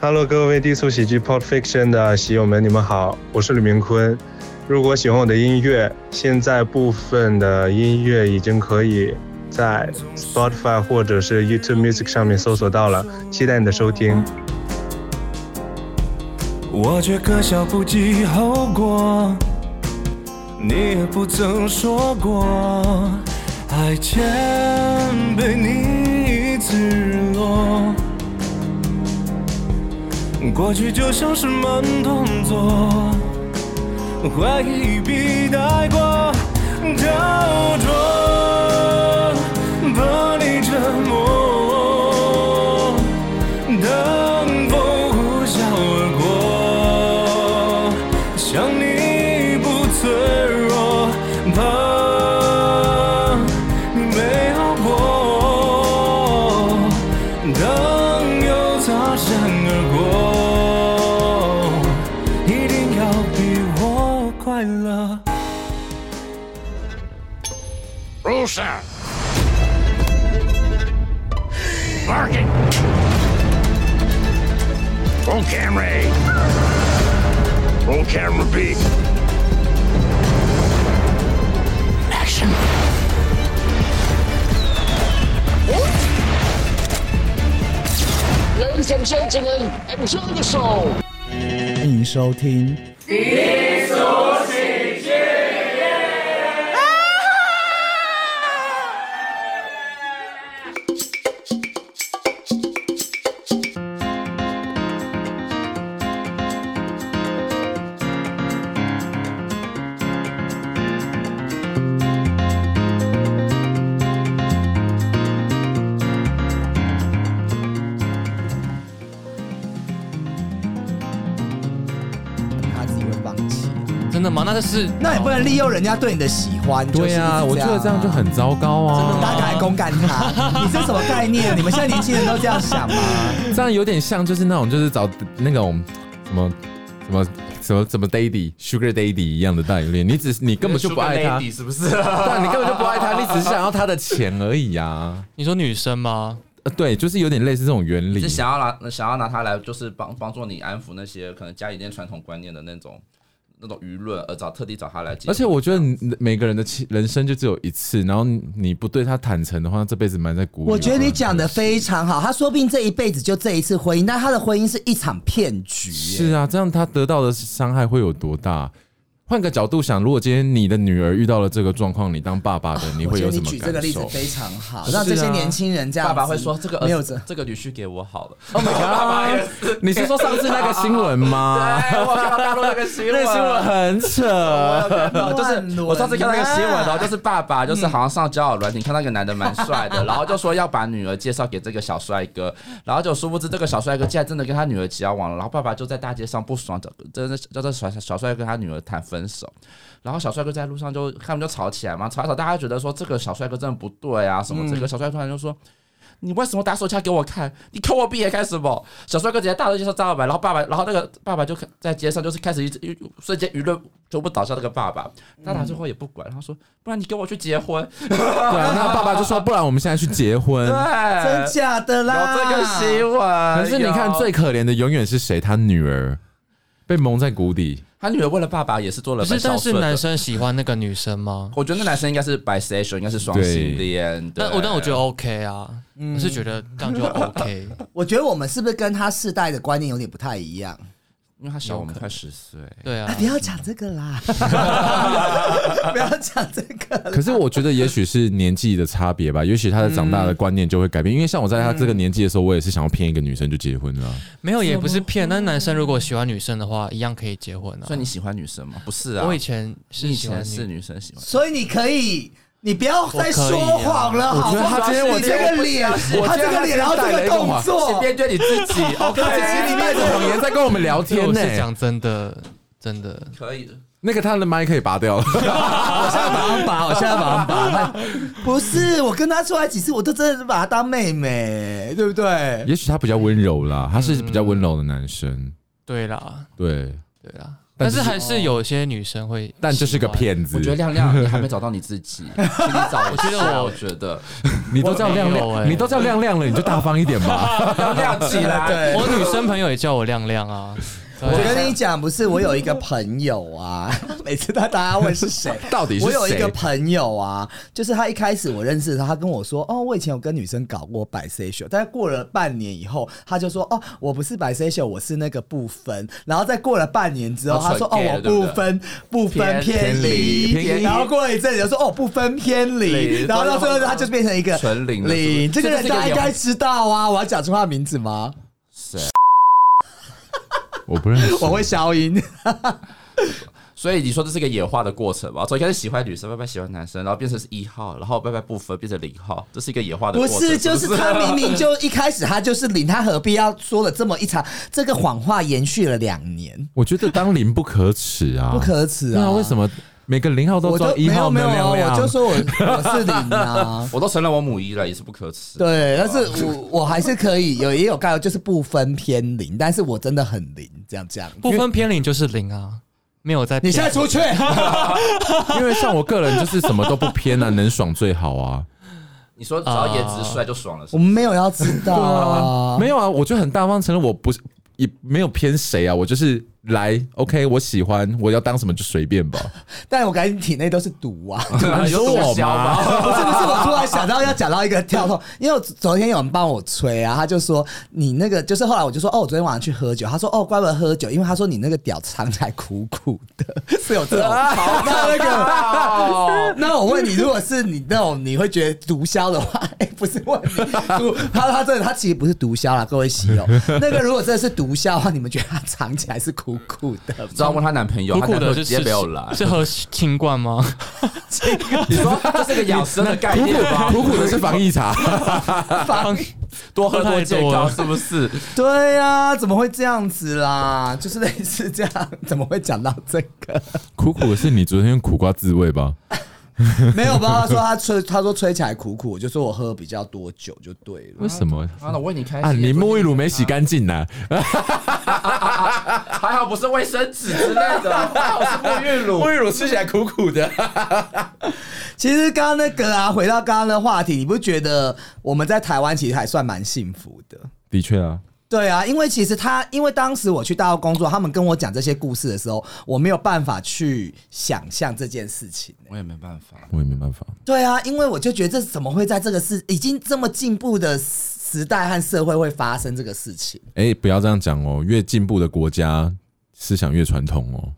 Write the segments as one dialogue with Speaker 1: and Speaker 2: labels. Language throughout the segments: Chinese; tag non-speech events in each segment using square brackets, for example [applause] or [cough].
Speaker 1: Hello，各位低俗喜剧 Pod Fiction 的喜友们，你们好，我是吕明坤。如果喜欢我的音乐，现在部分的音乐已经可以在 Spotify 或者是 YouTube Music 上面搜索到了，期待你的收听。
Speaker 2: 我却可笑不计后果，你也不曾说过，爱前被你一次日落。过去就像是慢动作，怀疑比带过雕琢，怕你沉默，等风呼啸而过，想你不脆弱，怕你没好过，当又擦身而过，一定要比我快乐。
Speaker 3: Rusa! Barking! Roll camera A. Roll camera B. Action!
Speaker 4: Ladies and gentlemen, enjoy the show.
Speaker 5: 欢迎收听。他自己会放弃，
Speaker 6: 真的吗？那就是
Speaker 5: 那也不能利用人家对你的喜欢。
Speaker 7: 对啊，
Speaker 5: 就是
Speaker 7: 我
Speaker 5: 一直
Speaker 7: 觉得这样就很糟糕
Speaker 5: 大家
Speaker 7: 啊！
Speaker 5: 赶快公干
Speaker 7: [laughs]
Speaker 5: 他！你这什么概念？你们现在年轻人都这样想吗？
Speaker 7: 这样有点像就是那种就是找那种什么什么什么什么 daddy sugar daddy 一样的代理恋，你只是你根本就不爱他，
Speaker 6: 是不
Speaker 8: [laughs]
Speaker 6: 是？
Speaker 7: 对，啊你根本就不爱他，你只是想要他的钱而已啊！
Speaker 6: [laughs] 你说女生吗？
Speaker 7: 呃，对，就是有点类似这种原理
Speaker 8: 是。想要
Speaker 7: [laughs]
Speaker 8: 拿想要拿它来就是帮帮助你安抚那些可能家里面传统观念的那种那种舆论，而找特地找他来解决。
Speaker 7: 而且我觉得你每个人的亲人生就只有一次，然后你不对他坦诚的话，这辈子埋在鼓里。
Speaker 5: 我觉得你讲的非常好。他说不定这一辈子就这一次婚姻，但他的婚姻是一场骗局。
Speaker 7: 是，啊，这样他得到的伤害会有多大？换个角度想，如果今天你的女儿遇到了这个状况，你当爸爸的，你
Speaker 5: 我
Speaker 7: 会
Speaker 5: 觉
Speaker 7: 有
Speaker 5: 得
Speaker 7: 什
Speaker 5: 你
Speaker 7: 么
Speaker 5: 举这个
Speaker 7: 感
Speaker 5: 例子
Speaker 7: 受？
Speaker 5: 非常好，
Speaker 7: 是啊
Speaker 5: 让这些年轻人这样
Speaker 8: 爸
Speaker 5: 子。
Speaker 8: 爸会说这个
Speaker 5: 没
Speaker 8: 儿
Speaker 5: 有
Speaker 8: 子
Speaker 5: 这，
Speaker 8: 这个女婿给我好了。
Speaker 7: Oh my god！你是说上次那个新闻吗？
Speaker 8: [laughs] 哎，我看到大陆那个新
Speaker 7: [laughs]
Speaker 5: 啊
Speaker 7: 那个新闻很扯。
Speaker 8: [laughs] 就是我上次看到一个新闻，然后就是爸爸就是好像上交友软体，看到一个男的蛮帅的，然后就说要把女儿介绍给这个小帅哥，然后就殊不知这个小帅哥竟然真的跟他女儿交往了，然后爸爸就在大街上不爽，找真的叫这小小帅哥跟他女儿谈分手，然后小帅哥在路上就他们就吵起来嘛，吵一吵大家觉得说这个小帅哥真的不对啊什么，这个小帅哥突然就说。你为什么打手枪给我看？你抠我屁眼干什么？小帅哥直接大声就说张老板，然后爸爸，然后那个爸爸就在街上就是开始一一瞬间舆论全部倒向那个爸爸，他打最后也不管，他说不然你跟我去结婚，
Speaker 7: 对啊，那爸爸就说，不然我们现在去结婚。
Speaker 5: 啊
Speaker 7: 呃
Speaker 5: 真
Speaker 8: 对，
Speaker 5: 假的啦？
Speaker 8: 有这个新闻。
Speaker 7: 可是你看，
Speaker 8: 有
Speaker 7: 最可怜的永远是谁？他女儿被蒙在鼓底。
Speaker 8: 他女儿为了爸爸也是做了
Speaker 6: 不
Speaker 8: 呃蛮
Speaker 6: 是，
Speaker 8: 孝
Speaker 6: 但
Speaker 8: 顺
Speaker 6: 是
Speaker 8: 的，
Speaker 6: 男生喜欢那个女生吗？
Speaker 8: 我觉得那男生应该是 bisexual，应该是双性恋。对
Speaker 6: 但我但我觉得 OK 啊，我是觉得这样就 OK。
Speaker 5: 我觉得我们是不是跟他世代的观念有点不太一样？
Speaker 8: 因为他小我们快十岁，
Speaker 6: 对
Speaker 5: 啊，，
Speaker 6: 啊
Speaker 5: 不要讲这个啦， [laughs] 不要讲这个啦。
Speaker 7: 可是我觉得，也许是年纪的差别吧，也许他的长大的观念就会改变。因为像我在他这个年纪的时候，我也是想要骗一个女生就结婚了啊。
Speaker 6: 没有也不是骗。但是男生如果喜欢女生的话，一样可以结婚啊
Speaker 8: 所。以你喜欢女生吗？不是啊，
Speaker 6: 我以前是
Speaker 8: 你以
Speaker 6: 喜欢
Speaker 8: 前是
Speaker 6: 女，
Speaker 8: 女生喜欢。
Speaker 5: 所以你可以，你不要再说谎了，好
Speaker 7: 我
Speaker 5: 不
Speaker 7: 觉得
Speaker 5: 好？
Speaker 7: 他今天我
Speaker 5: 你这个脸，他这个脸，然后这个动作，
Speaker 7: 面对你自己。OK，今天你带着
Speaker 5: [laughs]
Speaker 7: 谎言在跟我们聊
Speaker 6: 对
Speaker 7: 天
Speaker 6: 我
Speaker 7: 呢、
Speaker 6: 是讲真的，真的。
Speaker 8: 可以的，
Speaker 7: 那个他的麦可以拔掉
Speaker 5: [laughs]
Speaker 7: 了。
Speaker 5: 我现在马上拔，我现在马上拔。不是，我跟他出来几次，我都真的是把她当妹妹，对不对？
Speaker 7: 也许他比较温柔啦，他是比较温柔的男生。
Speaker 6: 对啦，
Speaker 7: 对，
Speaker 6: 对啦，但
Speaker 7: 就是
Speaker 6: 还是有些女生会，
Speaker 7: 但就是个，骗子
Speaker 8: 我。觉得亮亮，你还没找到你自 [laughs] 己，请你找一下。我
Speaker 6: 觉得我
Speaker 8: 我觉得
Speaker 7: [laughs] 你都叫亮
Speaker 6: 我没有欸
Speaker 7: 亮，你都叫亮亮了，你就大方一
Speaker 5: [laughs]
Speaker 7: 点吧。
Speaker 8: 要亮起来。
Speaker 5: 对
Speaker 6: 我女生朋友也叫我亮亮啊，
Speaker 5: 我跟你讲，不是我有一个朋友啊， [laughs] 每次他大家问是
Speaker 8: [laughs]
Speaker 5: 谁，
Speaker 7: 到底是
Speaker 5: 我有一
Speaker 7: 谁
Speaker 5: 个朋友啊，就是他一开始我认识他，他跟我说，哦，我以前有跟女生搞过 bisexual，但是过了半年以后，他就说，哦，我不是 bisexual，我是那个不分。然后再过了半年之后，
Speaker 8: 他
Speaker 5: 他说，
Speaker 8: 纯
Speaker 5: 哦，
Speaker 8: gay
Speaker 5: 我
Speaker 8: 了对不
Speaker 5: 不
Speaker 8: 对
Speaker 5: 分不分
Speaker 8: 偏
Speaker 5: 偏离，
Speaker 7: 偏离
Speaker 5: 然后过了一阵子就说，哦，不分偏
Speaker 8: [laughs]
Speaker 5: 离，
Speaker 8: 离
Speaker 5: 然后到最后他就变成一个
Speaker 8: 纯零了是不是
Speaker 5: 零，这个人
Speaker 8: 这就是一
Speaker 5: 大
Speaker 8: 个
Speaker 5: 家应
Speaker 8: 两
Speaker 5: 该知道啊，我要讲出他的名字吗？
Speaker 7: 我不认识，
Speaker 5: 我会消音。
Speaker 8: 所以你说这是个演化的过程吧？从一开始喜欢女生，慢慢喜欢男生，然后变成是一号，然后慢慢不分变成零号，这是一个演化的
Speaker 5: 不
Speaker 8: 过程。
Speaker 5: 是，就是是
Speaker 8: 不是
Speaker 5: 他明明就一开始他就是零，他何必要说了这么一长？这个谎话延续了两年，
Speaker 7: 我觉得当零不可耻啊，
Speaker 5: 不可耻啊！
Speaker 7: 那为什
Speaker 5: 么？
Speaker 7: 么每个零号都
Speaker 5: 我
Speaker 7: 装
Speaker 5: 就
Speaker 7: 一
Speaker 5: 没
Speaker 7: 号
Speaker 5: 有没
Speaker 7: 能
Speaker 5: 有
Speaker 7: 量
Speaker 5: 啊，
Speaker 7: 量？
Speaker 5: 我就
Speaker 7: [laughs]
Speaker 5: 说我我是零啊
Speaker 8: [laughs] 。我都承认我母一了，也是不可耻。
Speaker 5: 对，但是我我还是可以有也有概，就是不分偏零，但是我真的很零，这样这样。
Speaker 6: 不分偏零就是零啊，没有在
Speaker 5: 你
Speaker 6: 骗。
Speaker 5: 现在出去， [laughs]
Speaker 7: 因为像我个人就是什么都不偏啊，能爽最
Speaker 5: [laughs]
Speaker 7: 好啊。
Speaker 8: 你说只要颜值帅就爽了，是
Speaker 5: 我
Speaker 8: 吗
Speaker 5: 们没有要知道啊，
Speaker 7: 没有啊，我就很大方承认我不是也没有偏谁啊，我就是来 OK，我喜欢，我要当什么就随便吧。
Speaker 5: 但我感觉你体内都是毒 [laughs] 啊。
Speaker 7: 你说我
Speaker 8: 毒枭
Speaker 7: 吗？
Speaker 8: 吗？
Speaker 5: 不是不是，我突然想到要讲到一个跳痛，因为我昨天有人帮我吹啊，他就说你那个就是后来我就说哦，我昨天晚上去喝酒，他说哦，怪不得喝酒，因为他说你那个屌藏起来苦苦的，是有这 [laughs] 种。啊那那
Speaker 8: [laughs]
Speaker 5: 个，那我问你， [laughs] 如果是你那种你会觉得毒枭的话，哎、不是问你毒，他他真的他其实不是毒枭啦，各位喜友，那个如果真的是毒枭的话，你们觉得他藏起来是苦苦的吗？
Speaker 8: 只要问她男朋友，
Speaker 6: 苦
Speaker 8: 她
Speaker 6: 苦
Speaker 8: 男朋友
Speaker 6: 的
Speaker 8: 直
Speaker 6: 就
Speaker 8: 接
Speaker 6: 是
Speaker 8: 没有来。
Speaker 6: 是喝清冠吗？
Speaker 8: 你说这是个养生的概念
Speaker 7: [laughs]
Speaker 8: 吧？
Speaker 7: 苦苦的是
Speaker 8: [laughs]
Speaker 7: 防疫茶，
Speaker 5: 放
Speaker 8: 多喝多健
Speaker 6: 喝太多
Speaker 8: 康
Speaker 6: 了
Speaker 8: 是不是？
Speaker 5: 对呀、怎么会这样子啦？就是类似这样，怎么会讲到这个？
Speaker 7: 苦苦的是你昨天苦瓜自慰吧？
Speaker 5: 没有吧？他说他吹，他说吹起来苦苦，我就说我喝比较多酒就对了
Speaker 7: 为。什么？
Speaker 8: 啊，那我为你开心
Speaker 7: 啊，你沐浴乳没洗干净呢？
Speaker 8: 还好不是卫生纸之类
Speaker 5: [laughs]
Speaker 8: 的，还好是沐浴乳。
Speaker 7: 浴乳吃起来苦苦的，
Speaker 5: 其实刚刚那个啊，回到刚刚的话题，你不觉得我们在台湾其实还算蛮幸福的？
Speaker 7: 的确啊，
Speaker 5: 对啊，因为其实他，因为当时我去大陆工作，他们跟我讲这些故事的时候，我没有办法去想象这件事情。
Speaker 8: 我也没办法，
Speaker 7: 我也没办法。
Speaker 5: 对啊，因为我就觉得这怎么会在这个世已经这么进步的时代和社会会发生这个事情？
Speaker 7: 哎、不要这样讲哦，越进步的国家思想越传统哦。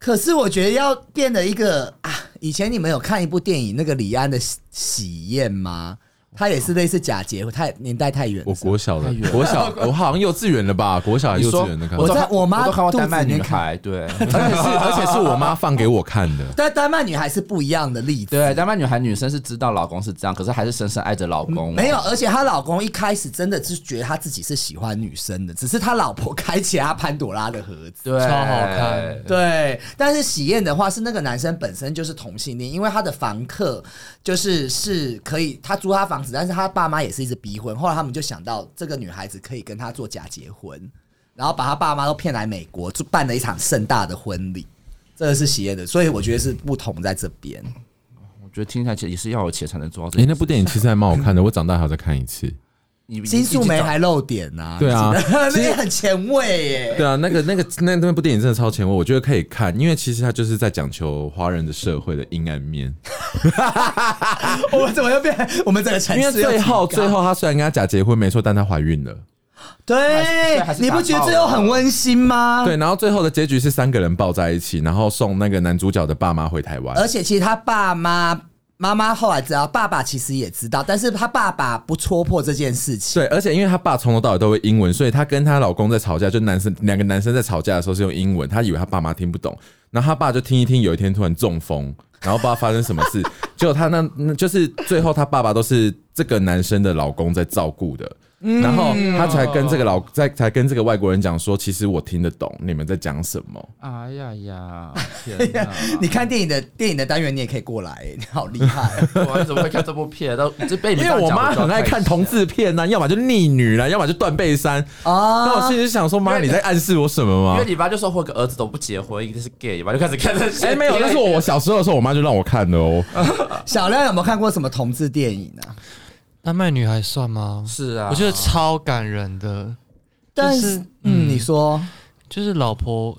Speaker 5: 可是我觉得要变得一个啊，以前你们有看一部电影，那个李安的喜《喜宴》吗？他也是类似假结婚，太年代太远了。
Speaker 7: 我国小的
Speaker 8: 太远，了
Speaker 7: 国小我好像幼稚园了吧？国小还是幼稚园的看
Speaker 5: 我
Speaker 7: 法，
Speaker 5: 在我妈
Speaker 8: 都看过
Speaker 5: 肚
Speaker 8: 丹
Speaker 5: 子
Speaker 8: 麦
Speaker 5: 里
Speaker 8: 女
Speaker 5: 面看，
Speaker 8: 孩，对
Speaker 7: 而且是而且是我妈放给我看的。
Speaker 5: 但丹麦女孩是不一样的例子。
Speaker 8: 对，
Speaker 7: 啊
Speaker 8: 丹麦女孩女生是知道老公是这样，可是还是深深爱着老公。哦
Speaker 5: 没有，而且她老公一开始真的是觉得他自己是喜欢女生的，只是他老婆开启了他潘朵拉的盒子。
Speaker 8: 对，
Speaker 6: 超好看
Speaker 5: 对，但是喜宴的话是那个男生本身就是同性恋，因为他的房客就是是可以，他租他房子，但是他爸妈也是一直逼婚，后来他们就想到这个女孩子可以跟他做假结婚，然后把他爸妈都骗来美国，就办了一场盛大的婚礼。这个是喜宴的，所以我觉得是不同在这边。
Speaker 8: 我觉得听起来也是要有钱才能做到这
Speaker 7: 哎、
Speaker 8: 件事。
Speaker 7: 那部电影其实还蛮好看的，我长大还要再看一次。
Speaker 8: 你
Speaker 5: 金素梅
Speaker 8: 还
Speaker 5: 还露点呐、啊，
Speaker 7: 对啊
Speaker 5: [laughs] 那也很前卫耶。
Speaker 7: 对啊，那个那个那那部电影真的超前卫，我觉得可以看，因为其实它就是在讲求华人的社会的阴暗面。
Speaker 5: [laughs] 我们怎么又变？我们整个城
Speaker 7: 因为
Speaker 5: 市又
Speaker 7: 最后
Speaker 5: 提高
Speaker 7: 最后，她虽然跟他假结婚没错，但她怀孕了。
Speaker 5: 对
Speaker 8: 还，是
Speaker 5: 你不觉得最后很温馨吗？
Speaker 7: 对，然后最后的结局是三个人抱在一起，然后送那个男主角的爸妈回台湾。
Speaker 5: 而且其实他爸妈妈妈后来知道，爸爸其实也知道，但是他爸爸不戳破这件事情。
Speaker 7: 对，而且因为她爸从头到尾都会英文，所以她跟她老公在吵架，就男生两个男生在吵架的时候是用英文，她以为她爸妈听不懂，然后她爸就听一听，有一天突然中风，然后不知道发生什么事，结果他那那就是最后他爸爸都是这个男生的老公在照顾的，
Speaker 5: 嗯
Speaker 7: 然后他才跟这个老在才跟这个外国人讲说，其实我听得懂你们在讲什么。
Speaker 8: 哎呀呀，天哪！
Speaker 5: [laughs] 你看电影的电影的单元，你也可以过来、你好厉害、哦
Speaker 8: [laughs] 我怎么会看这部片？都这被你
Speaker 7: 因
Speaker 8: 们
Speaker 7: 为
Speaker 8: 这样
Speaker 7: 我
Speaker 8: 讲
Speaker 7: 妈
Speaker 8: 就要
Speaker 7: 很爱
Speaker 8: 开
Speaker 7: 看
Speaker 8: 始
Speaker 7: 同志片呐、啊要么就逆女啦、要么就断背山。那我
Speaker 5: 啊！
Speaker 7: 心里就想说，妈，你在暗示我什么
Speaker 8: 因为
Speaker 7: 吗？
Speaker 8: 你妈就说我有个儿子都不结婚，一定是 gay 吧，就开始看这些。
Speaker 7: 哎、没有，但是我我小时候的时候，我妈就让我看的 [laughs] 哦。
Speaker 5: 小亮有没有看过什么同志电影啊？
Speaker 6: 丹麦女孩算
Speaker 8: [laughs]
Speaker 6: 吗？
Speaker 8: 是啊，
Speaker 6: 我觉得超感人的，
Speaker 5: 但
Speaker 6: 就是
Speaker 5: 是，嗯，你说
Speaker 6: 就是老婆，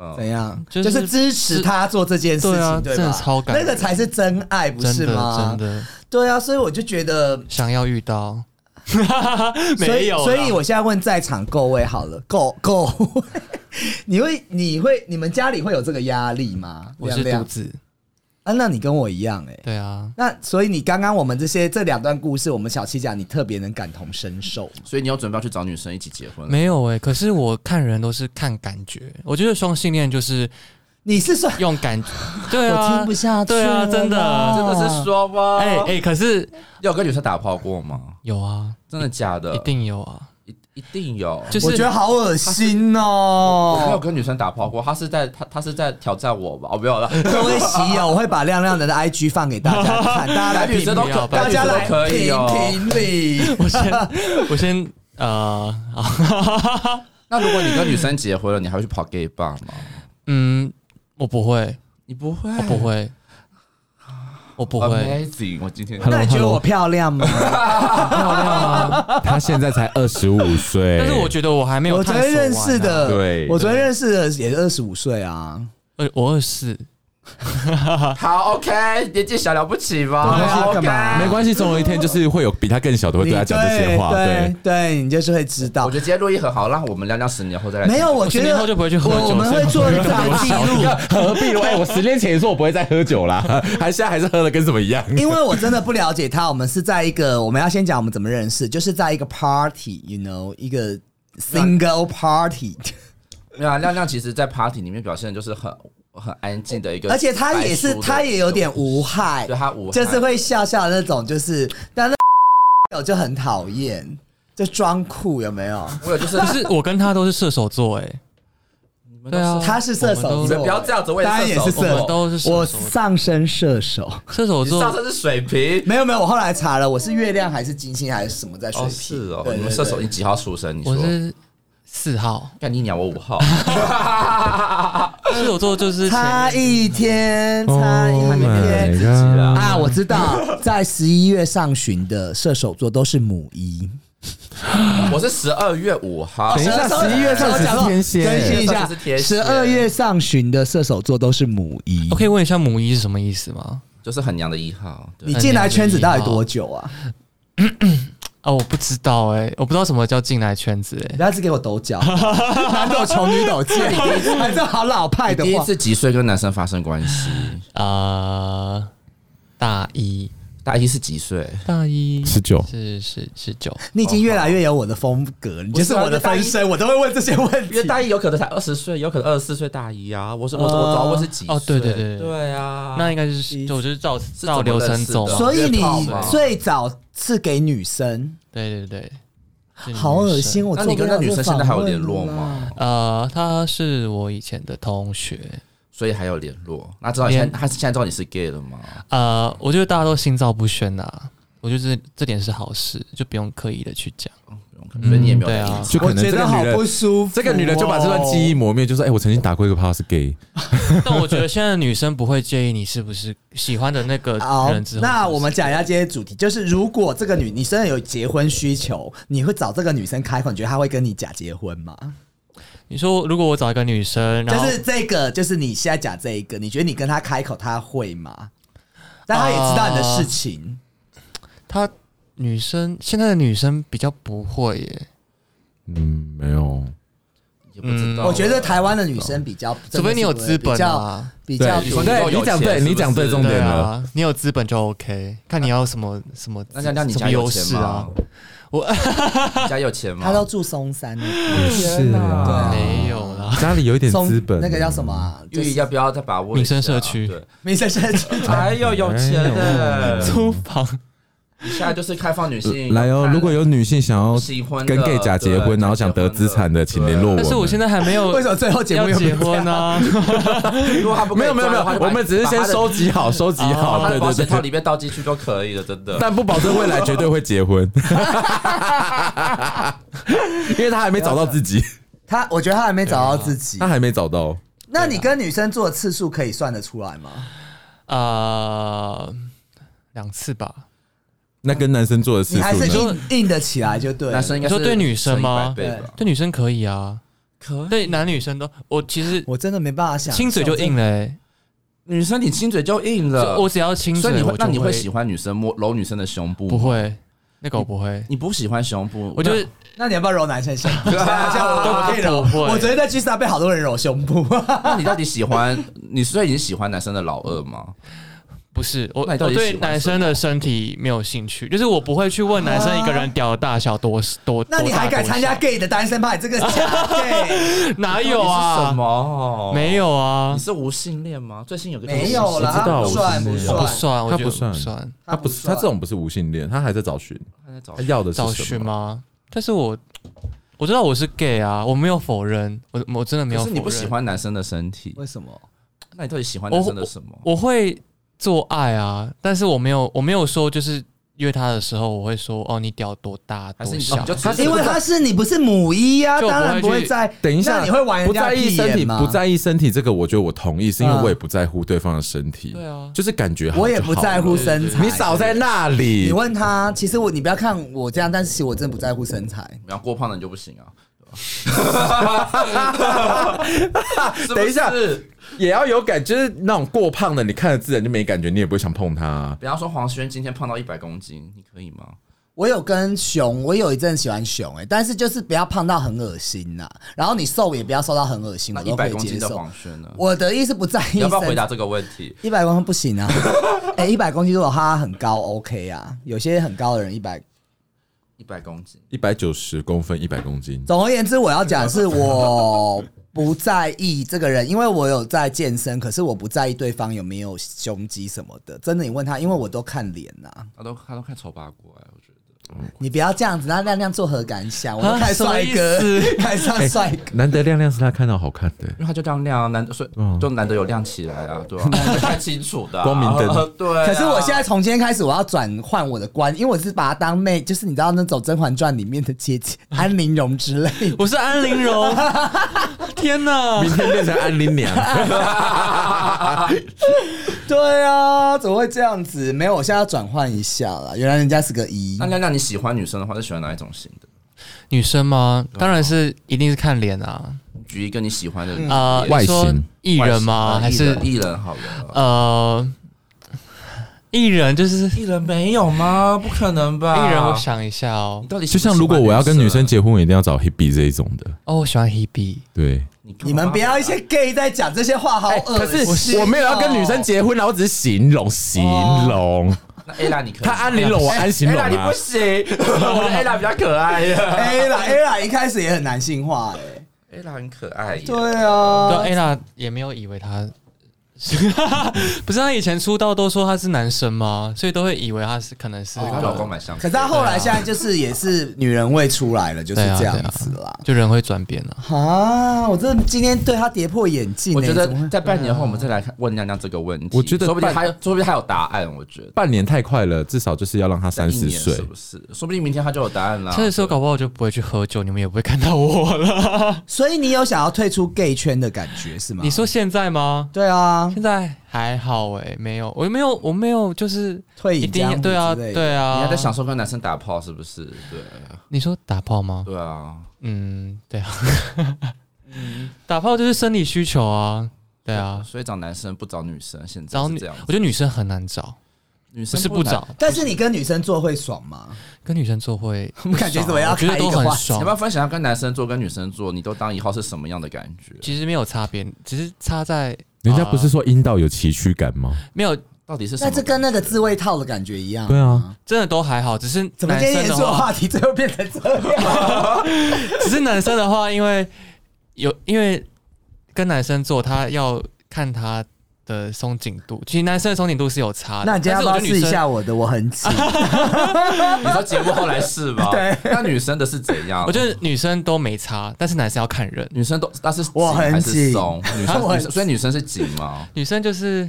Speaker 8: 嗯
Speaker 5: 怎样？就、
Speaker 6: 就是是
Speaker 5: 支持他做这件事
Speaker 6: 对啊
Speaker 5: 情，对
Speaker 6: 真
Speaker 5: 吧
Speaker 6: 的超感
Speaker 5: 那
Speaker 6: 人
Speaker 5: 个才是真爱，不
Speaker 6: 真
Speaker 5: 是
Speaker 6: 的
Speaker 5: 吗
Speaker 6: 真？的
Speaker 5: 对啊，所以我就觉得
Speaker 6: 想要遇到，
Speaker 5: 所
Speaker 6: 没
Speaker 5: 以，
Speaker 6: 有啦，
Speaker 5: 所以我现在问在场各位好
Speaker 6: [laughs]
Speaker 5: 了，各各位， [laughs] 你会你会你们家里会有这个压力吗？
Speaker 6: 我是
Speaker 5: 亮亮
Speaker 6: 独子，
Speaker 5: 啊，那你跟我一样哎、欸。
Speaker 6: 对啊，
Speaker 5: 那所以你刚刚我们这些这两段故事，我们小七讲，你特别能感同身受吗
Speaker 8: 所以你有准备要去找女生一起结婚了？
Speaker 6: 没有哎、可是我看人都是看感觉，我觉得双性恋就是
Speaker 5: 你是说
Speaker 6: 用感
Speaker 5: [laughs]
Speaker 6: 觉，对啊，
Speaker 5: 我听不下哦去了
Speaker 6: 对
Speaker 5: 啦
Speaker 6: 啊，真
Speaker 8: 真
Speaker 6: 的，
Speaker 8: 的是说吧，
Speaker 6: 哎
Speaker 8: 哎
Speaker 6: 哎、
Speaker 8: 哎，
Speaker 6: 可是
Speaker 8: 有跟女生打炮过吗？
Speaker 6: 有啊，
Speaker 8: 真的假的？
Speaker 6: 一定有啊，
Speaker 8: 一一定有。
Speaker 6: 就是
Speaker 5: 我觉得好恶心
Speaker 8: 我没有
Speaker 5: 哦、
Speaker 8: 跟女生打炮过，她是在她她是在挑战我吧？哦，没有了。
Speaker 5: 各位喜友，我会把亮亮的 IG 放给大家看，大家来
Speaker 8: 白女
Speaker 5: 评
Speaker 8: 生都可，
Speaker 5: 大
Speaker 8: 白女
Speaker 5: 家
Speaker 8: 生都
Speaker 5: 来
Speaker 8: 可以哦。
Speaker 5: 评评理。
Speaker 6: 我
Speaker 5: [laughs]
Speaker 6: 先我先呃，好
Speaker 8: 那如果你跟女生结婚了，你还会去跑 gay bar 吗？
Speaker 6: 嗯，我不会，
Speaker 8: 你不会，
Speaker 5: 哦
Speaker 6: 我不会，我不会，
Speaker 8: Amazing！我今天
Speaker 5: [laughs] 那你觉得我漂亮吗？
Speaker 7: 她现在才二十五岁，
Speaker 6: 但是我觉得我还没有
Speaker 5: 我
Speaker 6: 探
Speaker 5: 昨
Speaker 6: 索
Speaker 5: 天认识
Speaker 6: 完啊，
Speaker 5: 的，
Speaker 7: 对
Speaker 5: 我昨天认识的也是二十五岁啊。
Speaker 6: 呃，我二四，
Speaker 8: [laughs] 好 OK，年纪小了不起
Speaker 5: [laughs]
Speaker 8: 吧？
Speaker 5: 对啊
Speaker 8: 好 OK
Speaker 5: 干嘛
Speaker 7: 没关系，总有一天就是会有比她更小的会
Speaker 5: 你
Speaker 7: 对她讲这些话。
Speaker 5: 对
Speaker 7: 对，
Speaker 5: 对你就是会知
Speaker 8: 我
Speaker 5: 道
Speaker 8: 觉。得今天录音很好，让我们聊聊十年后再来。
Speaker 5: 没有，我觉
Speaker 6: 十年
Speaker 5: 得
Speaker 6: 后就不会去喝
Speaker 5: 我
Speaker 6: 酒
Speaker 5: 我们会做一档记录，
Speaker 7: 何必呢？哎、我十年前也说我不会再喝酒啦， [laughs] 还现在还是喝的跟什么一样。
Speaker 5: 因为我真的不了解他。我们是在一个，我们要先讲我们怎么认识，就是在一个 party，you know，一个 single party，
Speaker 8: 没有啊，亮亮其实，在 party 里面表现就是很很安静的一个，
Speaker 5: 而且他也是，他也有点，无害
Speaker 8: 对，他无害，
Speaker 5: 就是会笑笑的那种，就是但是有就很讨厌，就装酷有没有？
Speaker 8: 我有就是
Speaker 6: 可是我跟他都是射手座哎、对啊，
Speaker 5: 他是射
Speaker 6: 我
Speaker 5: 手
Speaker 6: 们
Speaker 5: 座，
Speaker 6: 都
Speaker 8: 不要这样子我
Speaker 5: [laughs]
Speaker 8: 也是
Speaker 5: 当然也是
Speaker 8: 射手
Speaker 5: 射
Speaker 6: 我们
Speaker 5: 手，
Speaker 6: 都是射
Speaker 5: 我
Speaker 6: 手座
Speaker 5: 上升射手。
Speaker 6: 射手
Speaker 8: 你上
Speaker 6: 座
Speaker 8: 身是水瓶。
Speaker 5: 没有没有，我后来查了，我是月亮还是金星还是什么在水
Speaker 8: 哦，
Speaker 5: 瓶？
Speaker 8: 是哦，
Speaker 5: 对
Speaker 8: 你们射手你，几号出生？你说
Speaker 6: 我，是四号，
Speaker 8: 干你鸟，我
Speaker 5: [laughs]
Speaker 8: 五号。
Speaker 6: 射手座就是
Speaker 5: 对
Speaker 6: 前
Speaker 5: 差一天，差一
Speaker 7: Oh my
Speaker 5: 天。
Speaker 7: god
Speaker 5: 啊，我知道，在十一月上旬的射手座都是母一。
Speaker 8: 我是十二月五号
Speaker 7: 等一。下11月上旬是天蝎
Speaker 5: 更新一下
Speaker 8: 12是天，蝎
Speaker 5: 十二月上旬的射手座都是母一。
Speaker 6: 我可以问一下母一是什么意思吗？
Speaker 8: 就是很娘的一号，对
Speaker 5: 你进来圈子到底多久啊？
Speaker 6: 啊，我不知道哎、我不知道什么叫进来圈子哎、
Speaker 5: 不要只给我抖脚，啊
Speaker 7: [laughs]
Speaker 5: 男抖穷女抖贱，还是好老派的
Speaker 8: 第一
Speaker 5: 话。
Speaker 8: 次几岁跟男生发生关系？
Speaker 6: 呃，大一，
Speaker 8: 大一是几岁？
Speaker 6: 大一
Speaker 7: 十九
Speaker 6: 是是是九，
Speaker 5: 你已经越来越有我的风格，你
Speaker 7: 啊
Speaker 5: 就是我的分身，我都会问这些问
Speaker 8: 因为
Speaker 5: 题。
Speaker 8: 大一有可能才二十岁，有可能二十四岁大一啊。我说我说我早我是几岁？
Speaker 6: 哦对对对对
Speaker 8: 对啊。
Speaker 6: 那应该就是就就是照
Speaker 8: 怎么
Speaker 6: 照流程走
Speaker 8: 认
Speaker 5: 所
Speaker 8: 识的
Speaker 6: 嘛。
Speaker 5: 以你
Speaker 8: 约炮嘛
Speaker 5: 最早是给女生，
Speaker 6: 对对对，是女
Speaker 5: 好恶心！
Speaker 6: 生。
Speaker 5: 我
Speaker 8: 那你跟那女生现在还有联络吗？？
Speaker 6: 呃，她是我以前的同学，
Speaker 8: 所以还有联络？那知道你现在他现在知道你是 gay 了吗？
Speaker 6: 呃，我觉得大家都心照不宣呐、啊我觉得这这点是好事，就不用刻意的去
Speaker 5: [laughs]
Speaker 6: 讲。
Speaker 8: 所以你也
Speaker 7: 嗯
Speaker 8: 没有
Speaker 6: 对
Speaker 8: 在
Speaker 6: 啊，
Speaker 7: 就
Speaker 5: 我
Speaker 7: 可能
Speaker 5: 觉
Speaker 7: 这个
Speaker 5: 得好
Speaker 7: 女
Speaker 5: 不
Speaker 7: 的，
Speaker 5: 舒服哦。
Speaker 7: 这个女的就把这段记忆磨灭，就说：“哎、我曾经打过一个炮是 gay。
Speaker 6: 但我觉得现在的女生不会介意你是不是喜欢的那个
Speaker 5: [laughs] 哦好
Speaker 6: 人之后，
Speaker 5: 那我们讲一下今天的主题，就是如果这个女你真的有结婚需求，你会找这个女生开口，你觉得她会跟你假结婚吗？
Speaker 6: 你说，如果我找一个女生，
Speaker 5: 就
Speaker 6: 然后
Speaker 5: 是这个，就是你现在讲这一个，你觉得你跟她开口，她会吗？但她也知道你的
Speaker 7: 啊
Speaker 5: 事情，
Speaker 6: 她女生现在的女生比较不会耶，”
Speaker 7: 嗯，没有。
Speaker 8: 也不知道。
Speaker 5: 我觉得台湾的女生比较，
Speaker 6: 除非你有资
Speaker 5: 比
Speaker 6: 本
Speaker 5: 较
Speaker 6: 啊，
Speaker 5: 比
Speaker 7: 对
Speaker 5: 较
Speaker 8: 你说你够
Speaker 7: 对，
Speaker 8: 有
Speaker 7: 你讲
Speaker 8: 钱
Speaker 7: 对，
Speaker 8: 是不
Speaker 7: 你讲对
Speaker 8: 是
Speaker 7: 重
Speaker 6: 对
Speaker 7: 点了。
Speaker 6: 啊，你有资本就 OK，看你要什么什么
Speaker 8: 那亮亮，你
Speaker 6: 什
Speaker 8: 家
Speaker 6: 么
Speaker 8: 有
Speaker 6: 优
Speaker 8: 钱
Speaker 6: 势啊
Speaker 8: 吗？？你家有钱吗？
Speaker 5: 她都住松山了。
Speaker 7: 是啊
Speaker 5: 啊
Speaker 6: 没有啦，
Speaker 5: [laughs]
Speaker 6: 啊，
Speaker 7: 家里有一点
Speaker 5: 中
Speaker 7: 资本，
Speaker 5: 那个叫什么？啊？就
Speaker 8: 玉
Speaker 5: 是
Speaker 8: 要不要再把握一下
Speaker 6: 民生社区
Speaker 8: 对，
Speaker 5: 民生社区。
Speaker 8: 哎呦，有钱的，
Speaker 6: 租房
Speaker 8: 你现在就是开放女性
Speaker 7: 哎来哦，如果有女性想要
Speaker 8: 喜欢的
Speaker 7: 跟 gay 假结婚，
Speaker 8: 对
Speaker 7: 然后想得资产的，请联络我。
Speaker 6: 但是我现在还没有
Speaker 5: 为什么最后节目
Speaker 6: 要
Speaker 5: 又没
Speaker 6: 结
Speaker 5: 有 [laughs]
Speaker 6: 婚啊，
Speaker 8: 如果他不可以
Speaker 7: 没有没有没
Speaker 8: 赚的话
Speaker 7: 有，
Speaker 8: 就把
Speaker 7: 我们只是先收集好，收集
Speaker 8: 把
Speaker 7: 好，
Speaker 8: 他的
Speaker 7: 对
Speaker 8: 保险
Speaker 7: 对
Speaker 8: 套
Speaker 7: 对。
Speaker 8: 里面倒进去就可以了，真的。
Speaker 7: 但不保证未来绝对会结婚， [laughs] 因为他还没找到自
Speaker 8: [laughs]
Speaker 7: 己，
Speaker 5: 他，我觉得他还没找到自己
Speaker 7: 他。还没找到。
Speaker 5: 那你跟女生做的次数可以算得出来吗？
Speaker 6: 呃，两次吧，
Speaker 7: 那跟男生做的次
Speaker 5: 你还
Speaker 7: 数
Speaker 5: 是
Speaker 7: 呢？
Speaker 5: 硬硬得起来就对了。
Speaker 8: 男生应该
Speaker 6: 你
Speaker 8: 是
Speaker 6: 说对女生吗
Speaker 8: 乘以百倍吧
Speaker 6: 对女生可以啊，
Speaker 8: 可
Speaker 6: 对男女生都，我其实
Speaker 5: 我真的没办法想，
Speaker 6: 亲嘴就硬了欸，
Speaker 8: 女生你亲嘴就硬
Speaker 7: 啊
Speaker 8: 了，
Speaker 6: 就我只要亲
Speaker 8: 所以
Speaker 6: 嘴，
Speaker 8: 你会
Speaker 6: 我就
Speaker 8: 那你会喜欢女生摸揉女生的胸部？
Speaker 6: 不，会？那个我不会，
Speaker 8: 你不喜欢胸部，
Speaker 6: 我就是
Speaker 5: 那你要不要揉男生胸
Speaker 7: [laughs]
Speaker 5: 部？这
Speaker 7: 啊
Speaker 5: 样我可以揉
Speaker 6: 都不。会
Speaker 5: 我昨天在 G Star 被好多人揉胸
Speaker 7: [laughs]
Speaker 5: 部，
Speaker 8: 那你到底喜欢？你所以你喜欢男生的老二吗？
Speaker 6: 不是我，
Speaker 8: 那
Speaker 6: 我
Speaker 8: 你到底喜欢
Speaker 6: 对男生的身体没有兴趣，就是我不会去问男生一个人屌的大小多多。
Speaker 8: 啊
Speaker 5: 那你
Speaker 6: 多大
Speaker 5: 还敢参加
Speaker 6: 多
Speaker 5: gay 的单身派？
Speaker 7: [laughs]
Speaker 5: 这个假 gay
Speaker 6: 小？ [laughs] 哪有啊？
Speaker 8: 你是什么？
Speaker 6: 没有啊
Speaker 8: 你，是无性恋吗？最近有个
Speaker 5: 没有啦，
Speaker 7: 我知
Speaker 5: 他
Speaker 7: 道
Speaker 5: 不算
Speaker 7: 我
Speaker 5: 不
Speaker 7: 知
Speaker 6: 我
Speaker 7: 道
Speaker 6: 不
Speaker 5: 算，
Speaker 6: 算，
Speaker 7: 他
Speaker 6: 我觉
Speaker 7: 不
Speaker 6: 得不
Speaker 7: 算
Speaker 6: 算
Speaker 7: 他不是，他这种不是无性恋，他还在找寻，
Speaker 8: 他在找
Speaker 6: 哎
Speaker 7: 他要的
Speaker 6: 找
Speaker 7: 是什
Speaker 6: 寻
Speaker 7: 么？
Speaker 6: 吗？但是我我知道我是 gay 啊，我没有否认，我我真的没有
Speaker 8: 可
Speaker 6: 否
Speaker 8: 是
Speaker 6: 认。
Speaker 8: 你不喜欢男生的身体，
Speaker 5: 为什么？
Speaker 8: 那你到底喜欢
Speaker 6: 我
Speaker 8: 男生的什么？
Speaker 6: 我会做爱啊，但是我没有我没有说就是约他的时候我会说哦你屌多大
Speaker 8: 还是
Speaker 6: 多
Speaker 8: 你哦
Speaker 6: 小
Speaker 8: 你就，只是
Speaker 5: 因为他是你不是母一啊，
Speaker 6: 就不
Speaker 5: 当
Speaker 6: 会
Speaker 5: 然不会
Speaker 6: 去
Speaker 5: 在。
Speaker 7: 等一下，
Speaker 5: 那你会玩人
Speaker 7: 不
Speaker 5: 家
Speaker 7: 在意
Speaker 5: 屁
Speaker 7: 身体，
Speaker 5: 眼吗？
Speaker 7: 不在意身体，这个我觉得我同意，是因为
Speaker 5: 嗯
Speaker 7: 我也不在乎对方的身体，
Speaker 6: 对啊
Speaker 7: 就是感觉好
Speaker 5: 我也
Speaker 7: 就
Speaker 5: 不
Speaker 7: 好
Speaker 5: 在乎
Speaker 7: 了
Speaker 5: 身材。
Speaker 7: 你少在那里
Speaker 5: 你。问他，其实我你不要看我这样，但是其实我真的不在乎身材。
Speaker 8: 你要过胖的你就不行
Speaker 6: [laughs]
Speaker 8: 啊。是不是
Speaker 7: 等一下也要有感，就是那种过胖的，你看着自然就没感觉，你也不会想碰它、
Speaker 8: 比方说黄轩今天胖到一百公斤，你可以吗？
Speaker 5: 我有跟熊，我有一阵喜欢熊哎、欸但是就是不要胖到很恶心呐、然后你瘦也不要瘦到很恶心，
Speaker 8: 那
Speaker 5: 我
Speaker 8: 一
Speaker 5: 都可
Speaker 8: 百
Speaker 5: 以
Speaker 8: 公斤
Speaker 5: 接
Speaker 8: 的
Speaker 5: 受
Speaker 8: 黄。轩呢？
Speaker 5: 我的意思不在意
Speaker 8: 你要
Speaker 5: 身
Speaker 8: 不要回答
Speaker 5: 材，
Speaker 8: 这个问题？
Speaker 5: 一百公斤不行啊！ [laughs] 哎、一百公斤如果他很高，OK 啊，有些很高的人一百。
Speaker 8: 一百公斤，
Speaker 7: 一百九十公分，一百公斤，
Speaker 5: 总而言之，我要讲的是我不在意这个人，因为我有在健身，可是我不在意对方有没有胸肌什么的。真的，你问他，因为我都看脸呐、
Speaker 8: 他都他都看丑八怪，我觉得。
Speaker 5: 你不要这样子，那亮亮作何感想？我都
Speaker 6: 啊
Speaker 5: 看帅哥 [laughs]
Speaker 6: 什么意，思
Speaker 5: 看上帅哥。
Speaker 7: 难得亮亮是他看到好看
Speaker 5: [laughs]
Speaker 7: 的、
Speaker 8: 因为他就亮亮啊，难所以
Speaker 7: 嗯
Speaker 8: 就难得有亮起来啊， [laughs] 对吧、啊？看清楚的啊、
Speaker 7: 光明灯
Speaker 8: [laughs] 对啊、
Speaker 5: 可是我现在从今天开始，我要转换我的观，因为我是把她当妹，就是你知道那种《甄嬛传》里面的姐姐安陵容之类的。
Speaker 6: 我是安陵容，
Speaker 8: [laughs]
Speaker 6: 天哪！
Speaker 7: 明天变成安林娘，
Speaker 5: [laughs] 对啊，怎么会这样子？没有，我现在要转换一下了。原来人家是个一
Speaker 8: 那，亮亮，你喜欢女生的话，是喜欢哪一种型的？
Speaker 6: 女生吗？
Speaker 8: 嗯
Speaker 6: 当然是一定是看脸啊，
Speaker 8: 举一个你喜欢的人
Speaker 6: 啊、
Speaker 8: 也
Speaker 7: 外
Speaker 6: 你说
Speaker 7: 形
Speaker 6: 艺人吗？
Speaker 8: 外
Speaker 6: 还
Speaker 8: 形呃
Speaker 6: 是
Speaker 8: 艺人艺人好了？
Speaker 6: 呃艺人？就是
Speaker 8: 艺人没有吗？不可能吧？
Speaker 6: 艺人，我想一下哦
Speaker 8: 你。到底喜
Speaker 7: 就
Speaker 8: 不喜欢
Speaker 7: 像如果我要跟女生，结婚，我一定要找 Hebe 这一种的，
Speaker 6: 哦，我喜欢 Hebe，
Speaker 7: 对。
Speaker 8: 你干嘛
Speaker 5: 你们不要一些 gay 在讲这些话，好恶心、啊
Speaker 7: 可是我没有要跟女生。结婚，然后只是形容形容，
Speaker 5: 哦
Speaker 8: 那 Ella 你可以
Speaker 7: 他安玲珑，我安形容
Speaker 5: 哎
Speaker 8: Ella 你
Speaker 7: 啊
Speaker 8: 不。行， [laughs] 我的 Ella 比较可爱呀。
Speaker 5: A 啦 A 啦，一开始也很男性化哎、
Speaker 8: Ella 很可爱耶，
Speaker 5: 对
Speaker 6: 对
Speaker 5: 啊，
Speaker 6: Ella 也没有以为他是， [laughs] 不是他以前出道都说他是男生吗？所以都会以为他是可能是、
Speaker 8: 她老公蛮像的。
Speaker 5: 可是她后来现在就是也是女人味出来了，就是
Speaker 6: 对啊
Speaker 5: 这样
Speaker 6: 对啊
Speaker 5: 子啦。
Speaker 6: 就人会转变啊。
Speaker 5: 啊！我真的今天对她跌破眼镜、欸，
Speaker 8: 我觉
Speaker 5: 怎么会
Speaker 8: 得在半年后我们再
Speaker 6: 啊
Speaker 8: 来看问亮亮这个问题，
Speaker 7: 我觉得
Speaker 8: 说不定
Speaker 7: 半
Speaker 8: 还有，说不定还有答案。我觉得
Speaker 7: 半年太快了，至少就是要让他三
Speaker 8: 在一
Speaker 7: 十
Speaker 8: 年
Speaker 7: 岁
Speaker 8: 是。不是？说不定明天他就有答案了。
Speaker 6: 这时候搞不好就不会去喝酒，你们也不会看到我
Speaker 8: 啊
Speaker 6: 了。
Speaker 5: 所以你有想要退出 gay 圈的感觉是吗？
Speaker 6: 你说现在吗？
Speaker 5: 对啊，
Speaker 6: 现在还好哎、没有，我没有，我没有，就是
Speaker 5: 退
Speaker 6: 一
Speaker 5: 隐江湖
Speaker 6: 定对啊，
Speaker 5: 之类的
Speaker 6: 对啊。
Speaker 8: 你还在享受跟男生打炮是不是？对
Speaker 6: 你说打炮吗？
Speaker 8: 对啊，
Speaker 6: 嗯，对啊，
Speaker 8: 嗯
Speaker 6: [laughs] 打炮就是生理需求啊，对啊，
Speaker 8: 所以找男生不找女生，现在
Speaker 6: 找
Speaker 8: 是
Speaker 6: 女，
Speaker 8: 这样子。
Speaker 6: 我觉得女生很难找，
Speaker 8: 女
Speaker 6: 不
Speaker 8: 生
Speaker 6: 是不
Speaker 8: 难
Speaker 6: 找，，
Speaker 5: 但是你跟女生做会爽吗？
Speaker 6: 跟女生做会
Speaker 5: [laughs]
Speaker 6: 不爽啊，
Speaker 5: 我们感觉怎么样
Speaker 6: 我觉得
Speaker 5: 开一个
Speaker 6: 都很
Speaker 5: 话题
Speaker 8: 你
Speaker 6: 爽
Speaker 8: 要不，要分享一下跟男生做跟女生做，你都当一号是什么样的感觉？
Speaker 6: 其实没有差别，只是差在
Speaker 7: 人家不是
Speaker 6: 呃
Speaker 7: 说阴道有崎岖感吗？
Speaker 6: 没有，
Speaker 8: 到底是什
Speaker 5: 那
Speaker 8: 么？
Speaker 5: 这跟那个自慰套的感觉一样。
Speaker 7: 对啊，
Speaker 6: 真的都还好，只是
Speaker 5: 怎么
Speaker 6: 男
Speaker 5: 今天
Speaker 6: 生
Speaker 5: 严
Speaker 6: 的
Speaker 5: 肃的
Speaker 6: 话， [laughs]
Speaker 5: 话题最后变成这样？
Speaker 6: 只是男生的话，因为有因为跟男生做，他要看他的松紧度。其实男生的哦啊松紧度是有差的，
Speaker 5: 那你今天要不要
Speaker 6: 但是我觉
Speaker 5: 试一
Speaker 6: 得女生
Speaker 5: 下我的？我很紧，
Speaker 8: 你说节目后来是
Speaker 6: [laughs]
Speaker 8: 吧？
Speaker 5: 对
Speaker 8: 那女生的是怎样？
Speaker 6: 我觉得女生都没差，但是男生要看人。
Speaker 8: 女生都，但是
Speaker 5: 我很
Speaker 8: 紧还是
Speaker 5: 紧
Speaker 8: 松，女
Speaker 6: [laughs]
Speaker 5: 我很
Speaker 8: 生女生，所以女生是紧吗？
Speaker 6: 女生就是，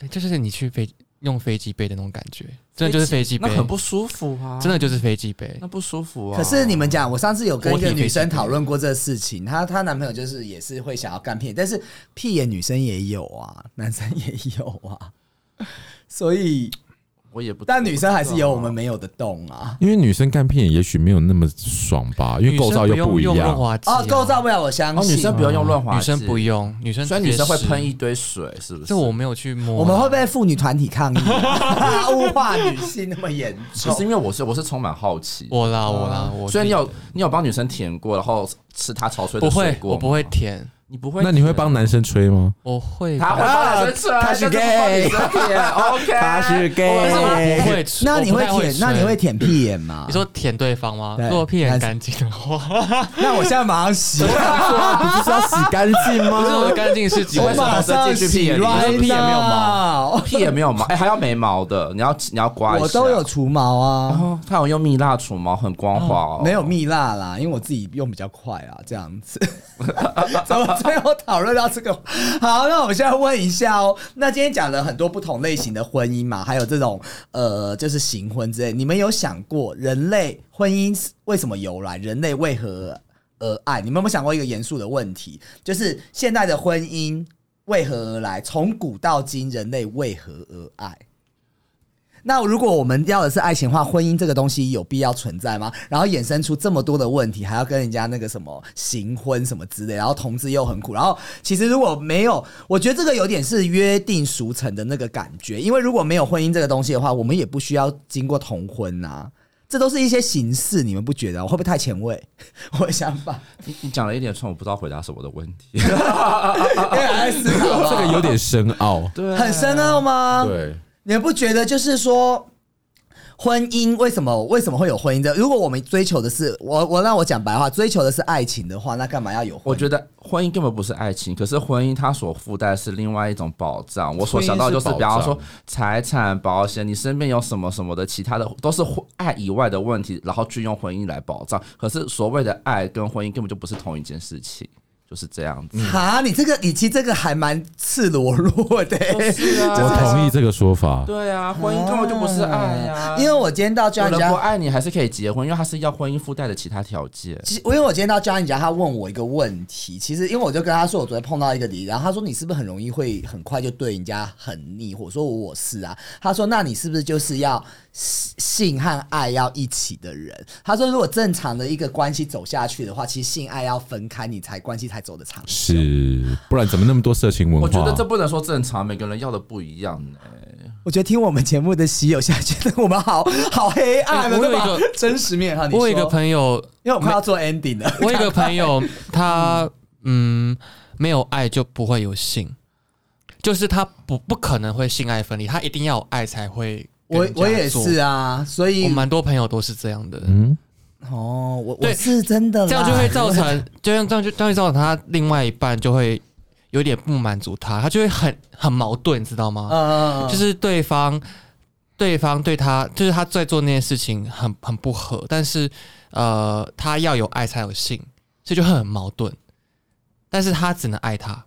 Speaker 6: 诶就是你去飞用飞机杯的那种感觉，真的就是飞机杯，
Speaker 8: 那很不舒服啊，
Speaker 6: 真的就是飞机杯
Speaker 8: 那。不舒服啊。
Speaker 5: 可是你们讲，我上次有跟一个女生讨论过这个事情，她她男朋友就是也是会想要干屁眼，但是屁眼女生也有啊，男生也有啊，所以
Speaker 8: 我也不，
Speaker 5: 但女生还是有我们
Speaker 8: 没。
Speaker 5: 没有的洞啊。
Speaker 7: 因为女生干片也许没有那么爽吧，因为构造
Speaker 6: 女
Speaker 7: 又
Speaker 6: 生用
Speaker 7: 不一
Speaker 6: 用润
Speaker 7: 样。
Speaker 6: 滑剂啊
Speaker 5: 哦，构造不了，我相
Speaker 8: 哦，
Speaker 5: 信嗯
Speaker 8: 女生不用用润滑
Speaker 6: 女
Speaker 8: 剂，
Speaker 6: 生不用，女生
Speaker 8: 所以女生会
Speaker 6: 直接湿
Speaker 8: 喷一，堆水，是不是？
Speaker 6: 这我没有去摸。
Speaker 5: 我们会被妇女团体抗议啊， [laughs] 物化女性那么严
Speaker 8: 可是
Speaker 5: 重。
Speaker 8: 因为我是我是充满好奇，
Speaker 6: 我啦我
Speaker 5: 啊
Speaker 6: 啦我，
Speaker 8: 所以你有你有帮女生舔过，然后吃她潮吹
Speaker 6: 不
Speaker 8: 的水
Speaker 6: 会？
Speaker 8: 果吗
Speaker 6: 我不会，舔，
Speaker 8: 你不会舔，
Speaker 7: 那你会帮男生吹吗？
Speaker 6: 我会
Speaker 8: 他
Speaker 6: 吧，
Speaker 8: 会帮男生吹，
Speaker 5: 啊他是
Speaker 8: 但不帮女生舔，OK，
Speaker 7: 他是 gay
Speaker 8: 我
Speaker 6: 但是我不会。
Speaker 5: 哎那你
Speaker 6: 我不
Speaker 5: 会
Speaker 6: 太会
Speaker 5: 舔？那你
Speaker 6: 吹
Speaker 5: 会？舔屁眼吗？
Speaker 6: 你说舔对方吗？
Speaker 5: 对
Speaker 6: 如果屁眼
Speaker 5: 男生
Speaker 6: 干净的话，
Speaker 5: [laughs] 那我现在马上洗，
Speaker 7: 不是要洗干净
Speaker 6: 不是我
Speaker 7: 吗
Speaker 6: 的？干净是指
Speaker 8: 我
Speaker 5: 我
Speaker 6: 为什
Speaker 8: 把
Speaker 6: 么？
Speaker 5: 马上
Speaker 8: 直接进去屁
Speaker 5: 洗
Speaker 8: 眼里
Speaker 5: ，right
Speaker 6: 你说屁眼没有毛
Speaker 5: now
Speaker 8: 屁也没有毛，哎，还要没毛的，你要你要刮一下。
Speaker 5: 我都有除毛啊。
Speaker 8: 哦，他有用蜜蜡除毛，很光滑哦。
Speaker 5: 没有蜜蜡啦，因为我自己用比较快啊，这样子。 [laughs] 怎么最后讨论到这个？好，那我们现在问一下哦。那今天讲了很多不同类型的婚姻嘛，还有这种呃，就是行婚之类。你们有想过人类婚姻为什么由来？人类为何而爱？你们有没有想过一个严肃的问题？就是现代的婚姻为何而来？从古到今，人类为何而爱？那如果我们要的是爱情的话，婚姻这个东西有必要存在吗？然后衍生出这么多的问题，还要跟人家那个什么行婚什么之类，然后同志又很苦。然后其实如果没有，我觉得这个有点是约定俗成的那个感觉，因为如果没有婚姻这个东西的话，我们也不需要经过同婚啊。这都是一些形式，你们不觉得吗？会不会太前卫？我的想法，
Speaker 8: 你你讲了一连串，我不知道回答什么的问
Speaker 5: [laughs]
Speaker 8: 题。
Speaker 5: 因为还在思考吧
Speaker 7: 这个有点深奥。
Speaker 8: 对
Speaker 5: 很深奥吗？
Speaker 7: 对，
Speaker 5: 你们不觉得就是说，婚姻为什么为什么会有婚姻的？如果我们追求的是我我让我讲白话，追求的是爱情的话，那干嘛要有婚姻？
Speaker 8: 我觉得婚姻根本不是爱情，可是婚姻它所附带是另外一种保障。我所想到就是，
Speaker 7: 婚姻是
Speaker 8: 比方说
Speaker 7: 保障
Speaker 8: 财产保险，你身边有什么什么的，其他的都是婚爱以外的问题，然后去用婚姻来保障。可是所谓的爱跟婚姻根本就不是同一件事情，就是这样
Speaker 7: 嗯
Speaker 8: 子。
Speaker 5: 哈，你这个你其实这个还蛮赤裸裸的、
Speaker 8: 是啊
Speaker 7: 我同意这个说法。
Speaker 8: [laughs] 对啊，婚姻根本就不是爱啊呀、
Speaker 7: 啊
Speaker 5: 因为我今天到 John
Speaker 8: 有
Speaker 5: 家
Speaker 8: 人不，爱你还是可以结婚，因为他是要婚姻附带的其他条件。
Speaker 5: 其实因为我今天到 John 家，他问我一个问题，其实因为我就跟他说我昨天碰到一个离，然后他说你是不是很容易会很快就对人家很腻？我说我是啊，他说那你是不是就是要性和爱要一起的人？他说如果正常的一个关系走下去的话，其实性爱要分开，你才关系才走得长。
Speaker 7: 是，不然怎么那么多色情文化？
Speaker 8: 我觉得这不能说正常，每个人要的不一样呢、
Speaker 5: 我觉得听我们节目的喜友现在觉得我们好好黑暗了，
Speaker 6: 我有
Speaker 5: 对
Speaker 6: 一
Speaker 5: 吧
Speaker 6: 个？
Speaker 5: 真实面哈，你
Speaker 6: 我有一个
Speaker 5: 说，
Speaker 6: 朋友，
Speaker 5: 因为我快要做 ending 了。
Speaker 6: 我有一个朋友，他嗯，没有爱就不会有性，就是他不不可能会性爱分离，他一定要有爱才会跟
Speaker 5: 我
Speaker 6: 人家做。
Speaker 5: 我也是啊，所以
Speaker 6: 我蛮多朋友都是这样
Speaker 5: 嗯
Speaker 6: 的，
Speaker 5: 哦，我我
Speaker 6: 对
Speaker 5: 是真的啦，
Speaker 6: 这样就会造 [laughs] 成，就像这样就这样就造成他另外一半就会有点不满足他，他就会很很矛盾，你知道吗？
Speaker 5: 嗯，
Speaker 6: 就是对方对方对他，就是他在做那件事情很很不合，但是呃，他要有爱才有性，所以就会很矛盾。但是他只能爱他，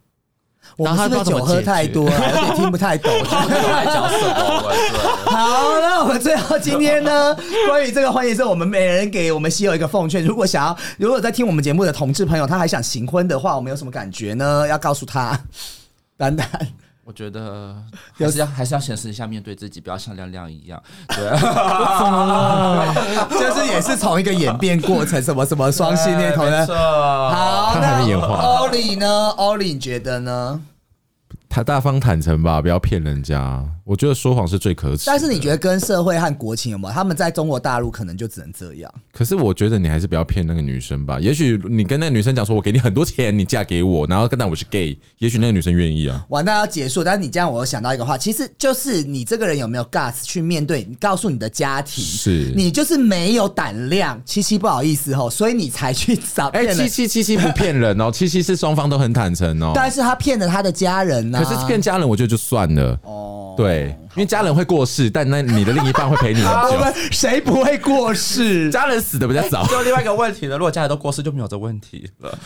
Speaker 5: 我们是不是酒喝太
Speaker 8: [laughs]
Speaker 5: 多了，有点听不太懂。
Speaker 8: 都爱讲什么？我对
Speaker 5: 好，那我们最后今天
Speaker 8: [laughs]
Speaker 5: 呢，关于这个婚姻是我们每人给我们西友一个奉劝。如果想要，如果在听我们节目的同志朋友，他还想行婚的话，我们有什么感觉呢？要告诉他，丹丹，
Speaker 8: 我
Speaker 5: [laughs]
Speaker 8: 觉得还是要还是要显示一下，面对自己，不要像亮亮一样。对，
Speaker 5: 就是也是从一个演变过程，什么什么双性恋同
Speaker 8: 哎没
Speaker 5: 人。
Speaker 8: 错。
Speaker 5: 好，
Speaker 7: 他还没演化
Speaker 5: 那 Ollie 呢？Ollie 你觉得呢？
Speaker 7: 坦大方坦诚吧，不要骗人家。我觉得说谎是最可耻的。
Speaker 5: 但是你觉得跟社会和国情有没有？他们在中国大陆可能就只能这样。
Speaker 7: 可是我觉得你还是不要骗那个女生吧。也许你跟那个女生讲说，我给你很多钱，你嫁给我，然后跟但我是 gay，也许那个女生愿意啊。
Speaker 5: 完蛋要结束，但是你这样，我又想到一个话，其实就是你这个人有没有 guts 去面对，你告诉你的家庭，
Speaker 7: 是
Speaker 5: 你就是没有胆量。七七不好意思吼，所以你才去找
Speaker 7: 哎、
Speaker 5: 骗人。
Speaker 7: 七七七七不骗人
Speaker 5: [laughs]
Speaker 7: 哦，七七是双方都很坦诚哦。
Speaker 5: 但是他骗了他的家人呐、
Speaker 7: 可是骗家人，我觉得就算了。
Speaker 5: 哦，
Speaker 7: 对，因为家人会过世，但那你的另一半会陪你
Speaker 5: [laughs]
Speaker 7: 很
Speaker 5: 我
Speaker 7: 久
Speaker 5: 们。谁不会过世？
Speaker 7: 家人死的比较
Speaker 5: [laughs]
Speaker 7: 早，
Speaker 8: 就另外一个问题了，如果家里都过世，就没有这问题了。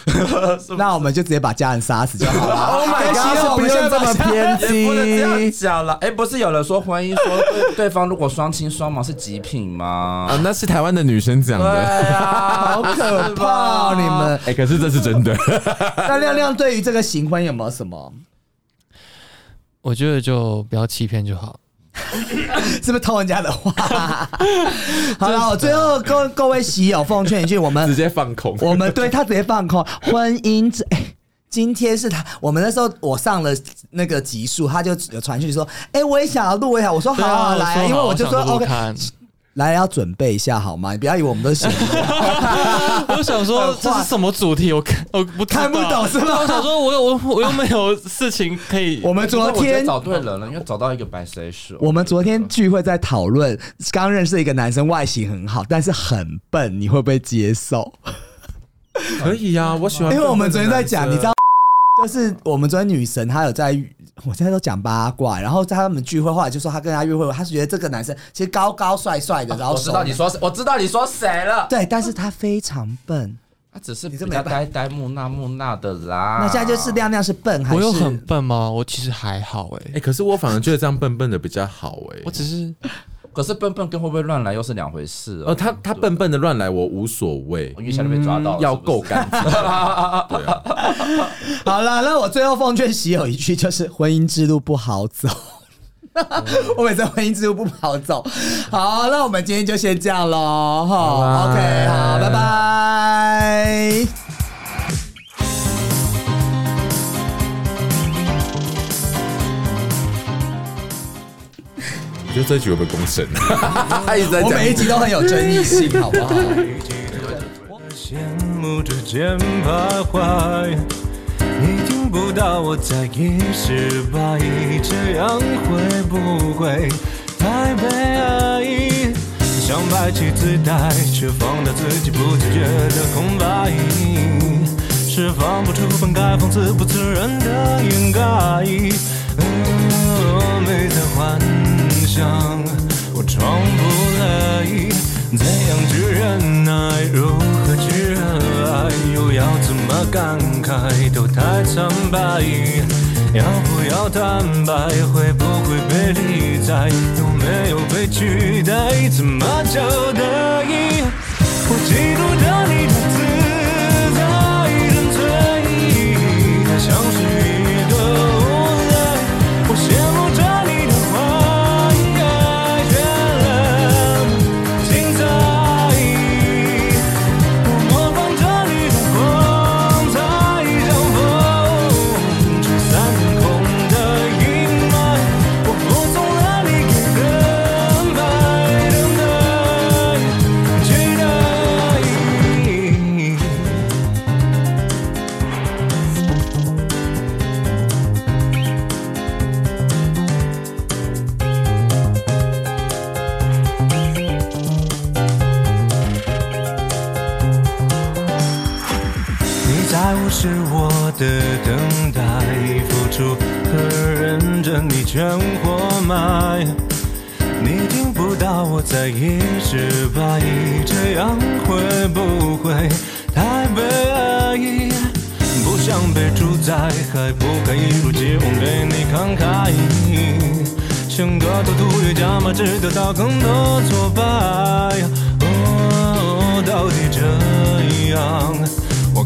Speaker 5: 那我们就直接把家人杀死就
Speaker 7: [laughs]
Speaker 5: 好了。Oh [laughs]
Speaker 8: 哎
Speaker 5: my
Speaker 7: 不用这哎么偏 [laughs]
Speaker 8: 也哎不能这样
Speaker 7: 激
Speaker 8: 讲了。哎、不是有人说婚姻说对对方如果双亲双亡是极品
Speaker 5: [laughs]
Speaker 8: 吗？
Speaker 7: 啊！那是台湾的女生讲
Speaker 8: 对
Speaker 7: 的。
Speaker 8: 啊，
Speaker 5: 好可
Speaker 7: [laughs]
Speaker 5: 怕哦！你们
Speaker 7: 哎、可是这是真的。 [laughs]
Speaker 5: 那亮亮对于这个行婚有没有什么？
Speaker 6: 我觉得就不要欺骗就好。
Speaker 5: 是不是偷人家的话？好了，我最后各各位喜友奉劝一句，我
Speaker 7: 直 [laughs]
Speaker 5: 们
Speaker 7: 接放空。
Speaker 5: 我们对他直接放空婚姻这。 [laughs] 哎今天是他，我们那时候我上了那个集数，他就有传讯说，哎、我也想要录一下，我说好、
Speaker 6: 对啊，
Speaker 5: 啊、来啊，因为我就说
Speaker 6: 我想录
Speaker 5: OK，
Speaker 6: 看，
Speaker 5: 来要准备一下好吗？你不要以为我们都是
Speaker 6: [laughs] 我想说这是什么主题？我看我不知道
Speaker 5: 看
Speaker 6: 啊
Speaker 5: 不懂是吗
Speaker 6: 我想说我有我我又没有事情可以。
Speaker 5: 我们昨
Speaker 8: [laughs] 我觉得
Speaker 5: 天
Speaker 8: 找对人了，因为找到一个白谁是。
Speaker 5: [laughs] 我们昨天聚会在讨论，刚认识一个男生，外形很好，但是很笨，你会不会接受？
Speaker 7: 可以啊，我喜欢。
Speaker 5: 因为我们昨天在
Speaker 7: 啊
Speaker 5: 讲，你知道，就是我们昨天女神她有在，我现在都讲八卦，然后在他们聚会，后来就说她跟她约会，她是觉得这个男生其实高高帅帅的，然后
Speaker 8: 我知道你说谁，我知道你说谁了。
Speaker 5: 对，但是他非常笨。
Speaker 8: 他只是
Speaker 5: 你
Speaker 8: 比
Speaker 5: 这
Speaker 8: 较
Speaker 5: 没办
Speaker 8: 呆呆木讷木讷的啦。
Speaker 5: 那现在就是亮亮是笨还
Speaker 6: 我
Speaker 5: 是
Speaker 6: 有很笨吗？我其实还好哎、
Speaker 7: 哎、可是我反而觉得这样笨笨的比较好哎、
Speaker 6: 我只是
Speaker 8: 可是笨笨跟会不会乱来又是两回事
Speaker 7: 哦，
Speaker 8: 哦。
Speaker 7: 他他笨笨的乱来，我无所谓
Speaker 8: 我，因为小就被抓
Speaker 7: 嗯
Speaker 8: 到了，
Speaker 7: 要
Speaker 8: 是不是
Speaker 7: 够干净。
Speaker 5: [laughs]
Speaker 7: 对啊，
Speaker 5: 好了？那我最后奉劝喜友一句，就是婚姻之路不好走。我每次婚姻之路不好走。好，那我们今天就先这样喽，哈。OK，好，拜拜。
Speaker 7: 我觉得这一局会不会公审？他一直在
Speaker 5: 我
Speaker 7: 讲。
Speaker 5: 每一集都很有争议性，好不好？
Speaker 2: 羡慕着剑徘徊，你听不到我在一十八亿，这样会不会太悲哀？想摆起姿态，却放大自己不自觉的空白，释放不出本该放肆不自然的掩盖。嗯，没在幻想，我闯不来。怎样去忍耐，如何去热爱，又要怎么感慨，都太苍白。要不要坦白，会不会被理睬，有没有被取代，怎么叫得意？我嫉妒着你的自在沉醉，它像是一个无奈。我羡慕着你的花开绚烂。精彩，我模仿着你的光彩，像风吹散天空的阴霾。我服从了你给的安排，等待，期待。你在无视我的等待，付出和认真你全活埋。你听不到我在一直怀疑，这样会不会太悲哀？不想被主宰，还不敢一如既往对你慷慨。像个赌徒越加码，只得到更多挫败。哦，到底这样，我